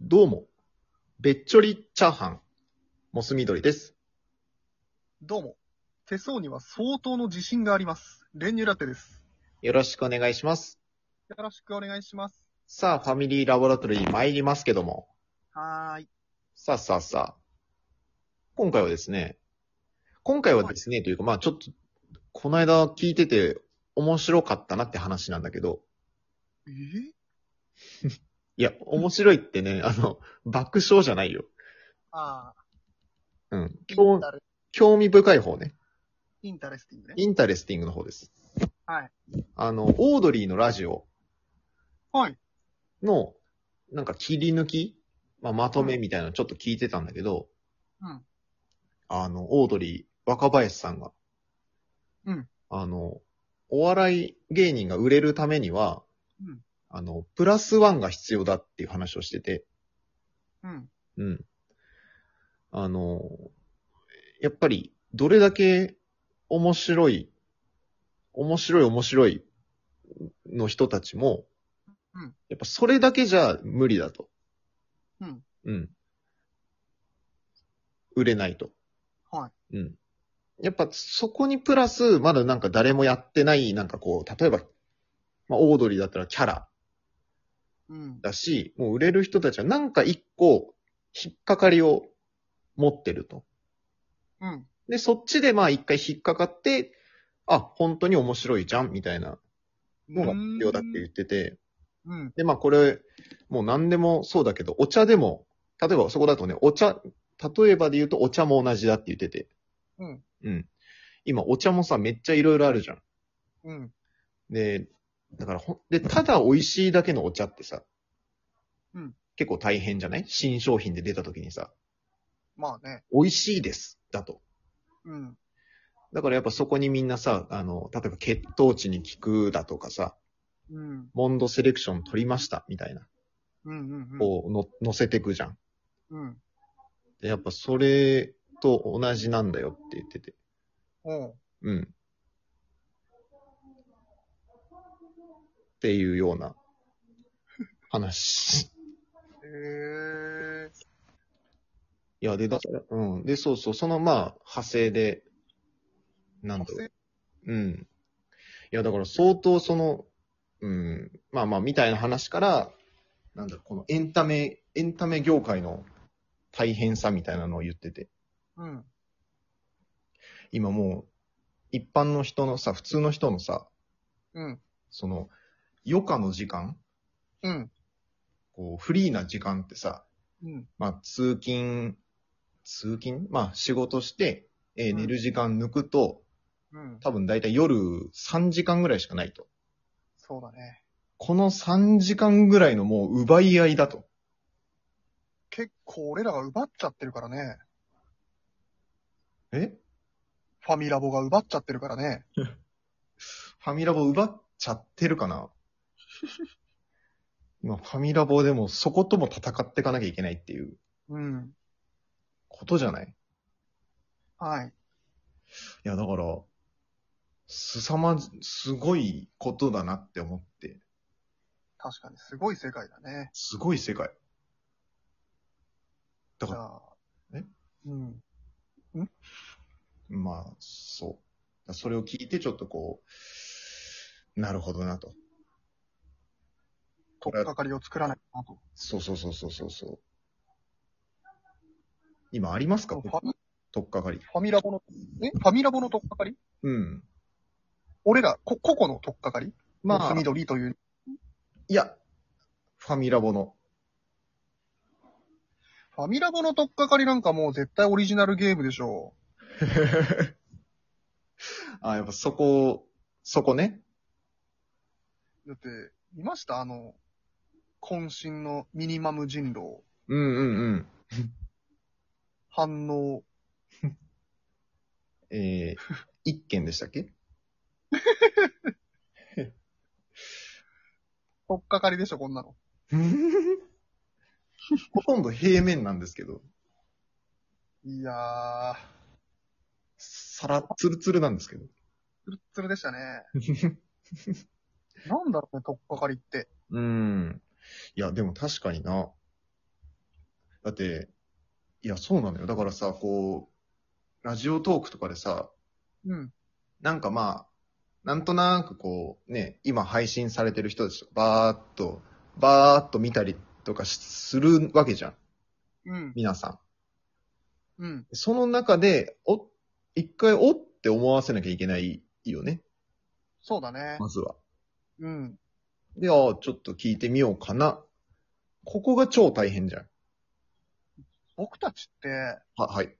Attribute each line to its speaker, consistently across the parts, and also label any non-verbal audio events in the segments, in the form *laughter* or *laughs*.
Speaker 1: どうも、べっちょりチャーハン、モス緑です。
Speaker 2: どうも。手相には相当の自信があります。練乳ラテです。
Speaker 1: よろしくお願いします。
Speaker 2: よろしくお願いします。
Speaker 1: さあ、ファミリーラボラトリー参りますけども、
Speaker 2: はーい。
Speaker 1: さあさあさあ、今回はですね、今回はですね、というか、まあちょっと、この間聞いてて面白かったなって話なんだけど、
Speaker 2: え
Speaker 1: いや、面白いってね、あの、爆笑じゃないよ。
Speaker 2: ああ、
Speaker 1: うん。
Speaker 2: イ
Speaker 1: 興
Speaker 2: ンタレ
Speaker 1: 興味深い方ね。
Speaker 2: インタレスティングね。
Speaker 1: インタレスティングの方です。
Speaker 2: はい。
Speaker 1: あの、オードリーのラジオ
Speaker 2: はい。
Speaker 1: の、なんか切り抜き、まあ、まとめみたいなのちょっと聞いてたんだけど、
Speaker 2: うん。
Speaker 1: あの、オードリー、若林さんが、
Speaker 2: うん。
Speaker 1: あの、お笑い芸人が売れるためには、
Speaker 2: うん
Speaker 1: あの、プラスワンが必要だっていう話をしてて、
Speaker 2: うん。
Speaker 1: うん。あの、やっぱり、どれだけ面白い、面白い面白いの人たちも、
Speaker 2: うん
Speaker 1: やっぱそれだけじゃ無理だと。
Speaker 2: うん。
Speaker 1: うん。売れないと。
Speaker 2: は
Speaker 1: うん。やっぱそこにプラス、まだなんか誰もやってない、なんかこう、例えば、まあ、オードリーだったらキャラ
Speaker 2: うん。
Speaker 1: だし、もう売れる人たちはなんか一個、引っかかりを持ってると。
Speaker 2: うん。
Speaker 1: で、そっちでまあ一回引っかかって、あ、本当に面白いじゃん、みたいなのが必要だって言ってて、
Speaker 2: うん。
Speaker 1: で、まあこれ、もう何でもそうだけど、お茶でも、例えばそこだとね、お茶、例えばで言うとお茶も同じだって言ってて。
Speaker 2: うん。
Speaker 1: うん。今お茶もさ、めっちゃいろいろあるじゃん。
Speaker 2: うん。
Speaker 1: で、だからほん、で、ただ美味しいだけのお茶ってさ、
Speaker 2: うん。
Speaker 1: 結構大変じゃない新商品で出た時にさ、
Speaker 2: まあね。
Speaker 1: 美味しいです、だと。
Speaker 2: うん。
Speaker 1: だからやっぱそこにみんなさ、あの、例えば血糖値に効くだとかさ、
Speaker 2: うん。
Speaker 1: モンドセレクション取りました、みたいな、
Speaker 2: うん。うん。
Speaker 1: こうの、乗せてくじゃん。
Speaker 2: うん。
Speaker 1: で、やっぱそれと同じなんだよって言ってて。
Speaker 2: おう
Speaker 1: うん。っていうような話。
Speaker 2: *laughs* へえ
Speaker 1: いや、で、だから、うん。で、そうそう、そのまあ、派生で、なんだろ
Speaker 2: 派
Speaker 1: う。うん。いや、だから相当その、うん、まあまあ、みたいな話から、なんだろう、このエンタメ、エンタメ業界の大変さみたいなのを言ってて。
Speaker 2: うん。
Speaker 1: 今もう、一般の人のさ、普通の人のさ、
Speaker 2: うん。
Speaker 1: その、余暇の時間、
Speaker 2: うん。
Speaker 1: こう、フリーな時間ってさ、
Speaker 2: うん。
Speaker 1: まあ、通勤、通勤まあ、仕事して、えー
Speaker 2: うん
Speaker 1: 寝る時間抜くと、
Speaker 2: うん。
Speaker 1: 多分だいたい夜3時間ぐらいしかないと。
Speaker 2: そうだね。
Speaker 1: この3時間ぐらいのもう奪い合いだと。
Speaker 2: 結構俺らが奪っちゃってるからね。
Speaker 1: え
Speaker 2: ファミラボが奪っちゃってるからね。
Speaker 1: ファミラボ奪っちゃってるかな今、ファミラボでもそことも戦っていかなきゃいけないっていう
Speaker 2: うん。
Speaker 1: ことじゃない
Speaker 2: はい。
Speaker 1: いや、だから、すさまじ、すごいことだなって思って、
Speaker 2: 確かにすごい世界だね。
Speaker 1: すごい世界。だ
Speaker 2: じゃ
Speaker 1: か
Speaker 2: あ。
Speaker 1: え
Speaker 2: うん。
Speaker 1: ら、まあ、そう。だからそれを聞いて、ちょっとこう、なるほどなと。こ
Speaker 2: 取
Speaker 1: れ
Speaker 2: っかかりを作らないかなと。
Speaker 1: そうそうそうそうそうそう。今あります
Speaker 2: フ
Speaker 1: か
Speaker 2: ァミ
Speaker 1: とっかかり。
Speaker 2: ファミラボの、えファミラボの取っかかり
Speaker 1: うん。
Speaker 2: 俺ら、こ、個々の取っかかり
Speaker 1: まあ、
Speaker 2: 緑という。
Speaker 1: いや、ファミラボの。
Speaker 2: ファミラボの取っかかりなんかもう絶対オリジナルゲームでしょ
Speaker 1: *laughs* あ、やっぱそこ、そこね。
Speaker 2: う。だって、見ましたあの、渾身のミニマム人狼、
Speaker 1: うんうんうん。
Speaker 2: 反応、
Speaker 1: えー、一件でしたっけ *laughs*
Speaker 2: 取っかかりでしょ、こんなの。
Speaker 1: ほとんど平面なんですけど、
Speaker 2: いやー、
Speaker 1: さら、ツルツルなんですけど。
Speaker 2: ツルッツルで *laughs* したね。なんだろうね、取っかかりって。
Speaker 1: うん。いや、でも確かにな。だって、いや、そうなのよ。だからさ、こう、ラジオトークとかでさ、
Speaker 2: うん。
Speaker 1: なんかまあ、なんとなくこう、ね、今配信されてる人たちとかバーっと、バーっと見たりとかしするわけじゃん。
Speaker 2: うん。
Speaker 1: 皆さん。
Speaker 2: うん。
Speaker 1: その中で、お、一回おって思わせなきゃいけないよね。
Speaker 2: そうだね。
Speaker 1: まずは。
Speaker 2: うん。
Speaker 1: で、ああ、ちょっと聞いてみようかな。ここが超大変じゃん。
Speaker 2: 僕たちって、
Speaker 1: は、はい。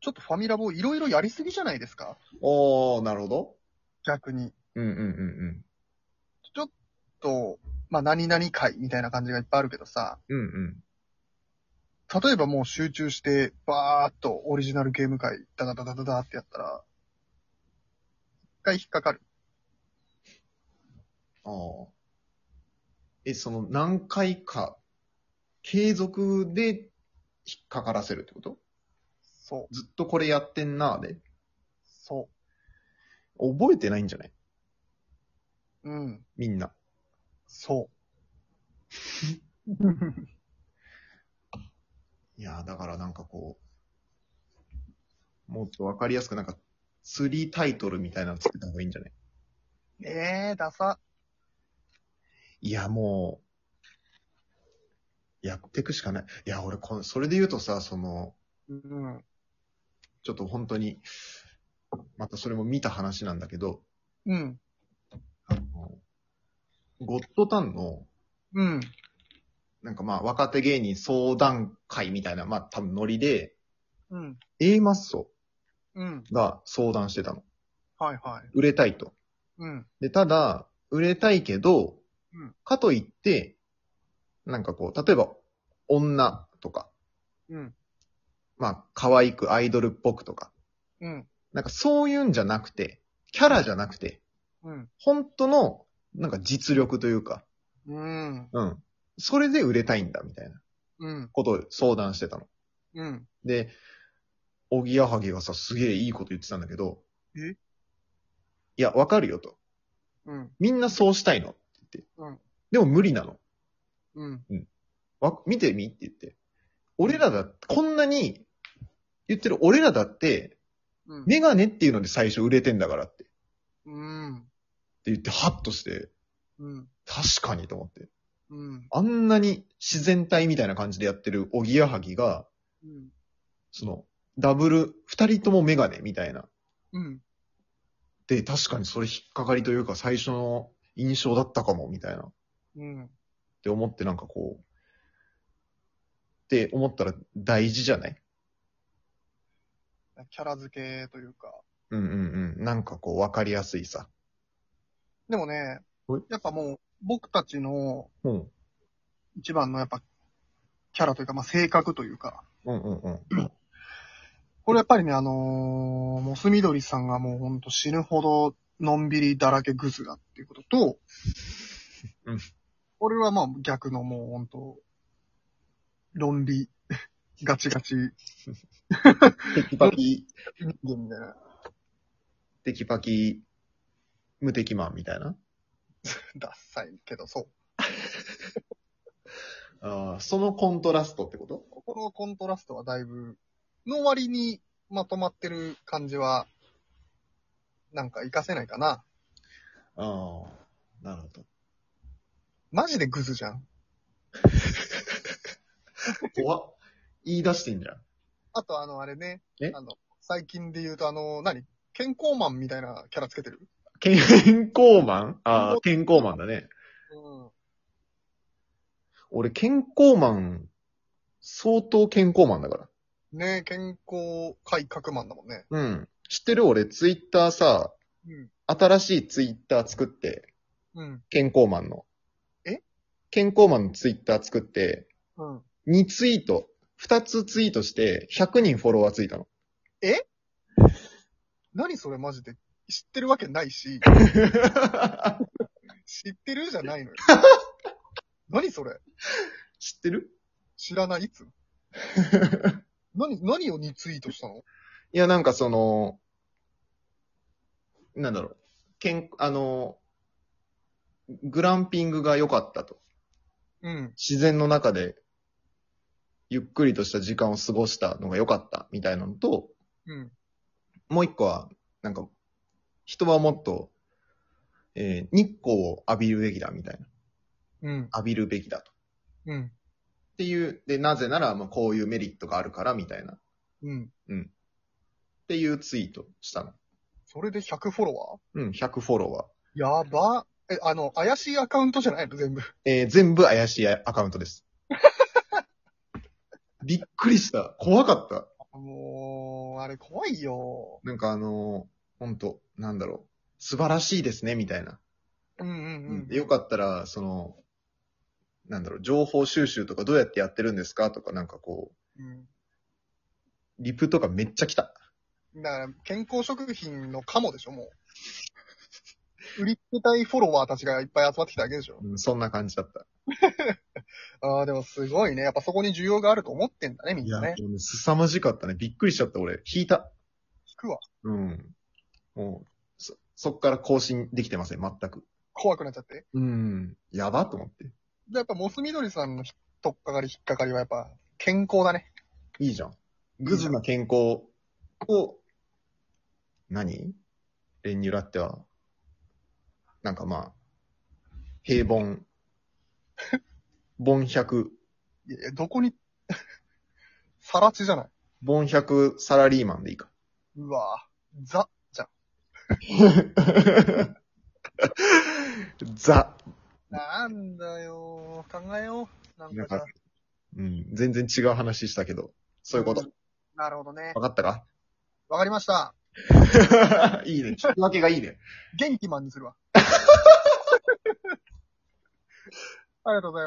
Speaker 2: ちょっとファミラボいろいろやりすぎじゃないですか
Speaker 1: おー、なるほど。
Speaker 2: 逆に。
Speaker 1: うんうんうん
Speaker 2: と、まあ、何々会みたいな感じがいっぱいあるけどさ、
Speaker 1: うん。うんうん。
Speaker 2: 例えばもう集中して、バーっとオリジナルゲーム会、ダダダダダダってやったら、一回引っかかる。
Speaker 1: ああ。え、その何回か、継続で引っかからせるってこと
Speaker 2: そう、
Speaker 1: ずっとこれやってんなーで。
Speaker 2: そ、
Speaker 1: 覚えてないんじゃないう
Speaker 2: うん、
Speaker 1: みんな。
Speaker 2: そう。
Speaker 1: いやー、だからなんかこう、もっとわかりやすくなんか、釣りタイトルみたいなのつけた方がいいんじゃない
Speaker 2: ええー、ダサ。
Speaker 1: いや、もう、やっていくしかない。いや、俺この、それで言うとさ、その、
Speaker 2: うん、
Speaker 1: ちょっと本当に、またそれも見た話なんだけど、
Speaker 2: うん、
Speaker 1: あの、ゴッドタンの、
Speaker 2: うん、
Speaker 1: なんかまあ、若手芸人相談会みたいな、まあ多分ノリで、
Speaker 2: うん、
Speaker 1: A マッソ
Speaker 2: うん、
Speaker 1: が相談してたの。
Speaker 2: はいはい。
Speaker 1: 売れたいと。
Speaker 2: うん、
Speaker 1: で、ただ、売れたいけど
Speaker 2: うん、
Speaker 1: かといって、なんかこう、例えば、女とか、
Speaker 2: うん、
Speaker 1: まあ、可愛くアイドルっぽくとか、
Speaker 2: うん、
Speaker 1: なんかそういうんじゃなくて、キャラじゃなくて、
Speaker 2: うん、
Speaker 1: 本当の、なんか実力というか、
Speaker 2: うん、
Speaker 1: うん。それで売れたいんだ、みたいな
Speaker 2: うん、
Speaker 1: ことを相談してたの。
Speaker 2: うん、
Speaker 1: で、おぎやはぎがさ、すげえいいこと言ってたんだけど、
Speaker 2: え
Speaker 1: いや、わかるよと。
Speaker 2: うん、
Speaker 1: みんなそうしたいのって言って。
Speaker 2: うん
Speaker 1: でも無理なの。
Speaker 2: うん、
Speaker 1: わ、見てみって言って。俺らだ、こんなに言ってる俺らだって、
Speaker 2: うん、
Speaker 1: メガネっていうので最初売れてんだからって。って
Speaker 2: うん、
Speaker 1: 言って、ハッとして、
Speaker 2: うん、
Speaker 1: 確かにと思って。
Speaker 2: うん、
Speaker 1: あんなに自然体みたいな感じでやってるおぎやはぎが、
Speaker 2: うん、
Speaker 1: その、ダブル、二人ともメガネみたいな。
Speaker 2: うん、
Speaker 1: で、確かにそれ引っかかりというか最初の印象だったかも、みたいな。っ
Speaker 2: うん、
Speaker 1: て思ってなんかこう、って思ったら大事じゃない
Speaker 2: キャラ付けというか。
Speaker 1: うんうんうん。なんかこう、わかりやすいさ。
Speaker 2: でもね
Speaker 1: はい、
Speaker 2: やっぱもう、僕たちの
Speaker 1: うん。
Speaker 2: 一番のやっぱ、キャラというか、まあ、性格というか、
Speaker 1: うんうんうん。
Speaker 2: これやっぱりね、あのー、モスミドリさんがもうほんと死ぬほど、のんびりだらけグズだっていうことと、
Speaker 1: うん。
Speaker 2: これはまあ逆のもうほんと、論理、 *laughs* ガチガチ、
Speaker 1: テキパキ、
Speaker 2: 人間みたいな、
Speaker 1: テキパキ、無敵マンみたいな。
Speaker 2: ダッサいけど、そう。
Speaker 1: ああ、そのコントラストってこと
Speaker 2: ここのコントラストはだいぶ、の割にまとまってる感じは、なんか活かせないかな。
Speaker 1: ああ、なるほど。
Speaker 2: マジでグズじゃん。
Speaker 1: 怖っ言い出してんじゃん。
Speaker 2: あとあの、あれね。
Speaker 1: え
Speaker 2: あの、最近で言うとあの、何健康マンみたいなキャラつけてる
Speaker 1: 健康マンああ、健康マンだね。
Speaker 2: うん。
Speaker 1: 俺、健康マン、相当健康マンだから。
Speaker 2: ねえ健康改革マンだもんね。
Speaker 1: うん。知ってる俺、ツイッターさ、
Speaker 2: うん。
Speaker 1: 新しいツイッター作って、
Speaker 2: うん。
Speaker 1: 健康マンの。
Speaker 2: え
Speaker 1: 健康マンのツイッター作って、
Speaker 2: うん。
Speaker 1: 2ツイート、2つツイートして、100人フォロワーついたの。
Speaker 2: 何それマジで知ってるわけないし、知ってるじゃ *laughs* ないのよ。何それ
Speaker 1: 知ってる
Speaker 2: 知らないい *laughs* つ何、何をリツイートしたの
Speaker 1: いや、なんかその、なんだろう、健、あの、グランピングが良かったと。
Speaker 2: うん。
Speaker 1: 自然の中でゆっくりとした時間を過ごしたのが良かったみたいなのと、
Speaker 2: うん。
Speaker 1: もう一個は、なんか、人はもっと、えー日光を浴びるべきだみたいな。
Speaker 2: うん。
Speaker 1: 浴びるべきだと。っ
Speaker 2: うん。
Speaker 1: ていう、で、なぜなら、まあ、こういうメリットがあるからみたいな。っ
Speaker 2: うん。
Speaker 1: ていうツイートしたの。
Speaker 2: それで100フォロ
Speaker 1: うん、100フォロワー。
Speaker 2: ワーやば。え、あの、怪しいアカウントじゃないの全部。
Speaker 1: えー全部怪しいアカウントです。 *laughs* びっくりした。怖かった。
Speaker 2: もう、あれ怖いよ。
Speaker 1: なんかあのー、ほんと、なんだろう。素晴らしいですね、みたいな。
Speaker 2: うんうんうん。
Speaker 1: でよかったら、その、なんだろう、情報収集とかどうやってやってるんですかとか、なんかこ
Speaker 2: うん
Speaker 1: う、リプとかめっちゃ来た。
Speaker 2: だから、健康食品のカモでしょ、もう。売り切れたいフォロワーたちがいっぱい集まってきただけでしょ。
Speaker 1: うんそんな感じだった。
Speaker 2: ああ、でもすごいね。やっぱそこに需要があると思ってんだね、みんなね。
Speaker 1: もうね凄まじかったね。びっくりしちゃった、俺。引いた。
Speaker 2: 聞くわ。
Speaker 1: うん。もう、そ、そっから更新できてません、全く。
Speaker 2: 怖くなっちゃって。
Speaker 1: うん。やばと思って。
Speaker 2: でやっぱ、モスみどりさんのとっかかり、引っかかりはやっぱ、健康だね。
Speaker 1: いいじゃん。グズな健康を、何レンニュラっては、なんかまあ、平凡、凡百、
Speaker 2: いやいや、どこに、 *laughs* さらちじゃない。
Speaker 1: 凡百サラリーマンでいいか。
Speaker 2: うわぁ、ザ、
Speaker 1: ザ。
Speaker 2: なんだよー考えよう。なん
Speaker 1: なん
Speaker 2: かさ
Speaker 1: か、うん、全然違う話したけど、そういうこと。
Speaker 2: なるほどね。
Speaker 1: わかったか *laughs*
Speaker 2: わかりました。
Speaker 1: いいね。聞き分けがいいね。 *laughs*
Speaker 2: 元気マンにするわ。ありがとうございます。